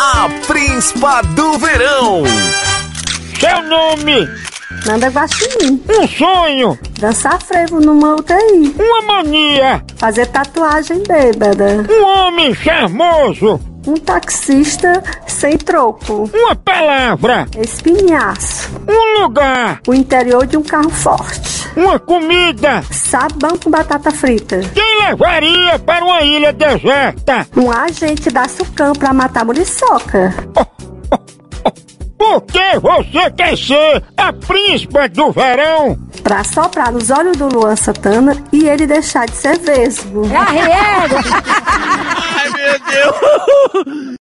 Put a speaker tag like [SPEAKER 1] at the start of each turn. [SPEAKER 1] A Príncipa do Verão.
[SPEAKER 2] Seu nome,
[SPEAKER 3] Nanda Guaxinim.
[SPEAKER 2] um sonho,
[SPEAKER 3] Dançar frevo numa UTI.
[SPEAKER 2] uma mania,
[SPEAKER 3] Fazer tatuagem bêbada.
[SPEAKER 2] um homem charmoso,
[SPEAKER 3] Um taxista sem troco.
[SPEAKER 2] uma palavra,
[SPEAKER 3] Espinhaço.
[SPEAKER 2] um lugar,
[SPEAKER 3] O interior de um carro forte.
[SPEAKER 2] uma comida.
[SPEAKER 3] Sabão com batata frita.
[SPEAKER 2] Quem levaria para uma ilha deserta?
[SPEAKER 3] Um agente da Sucam pra matar muriçoca.
[SPEAKER 2] Por que você quer ser a príncipa do verão?
[SPEAKER 3] Pra soprar nos olhos do Luan Santana e ele deixar de ser vesgo.
[SPEAKER 1] Ai, meu Deus.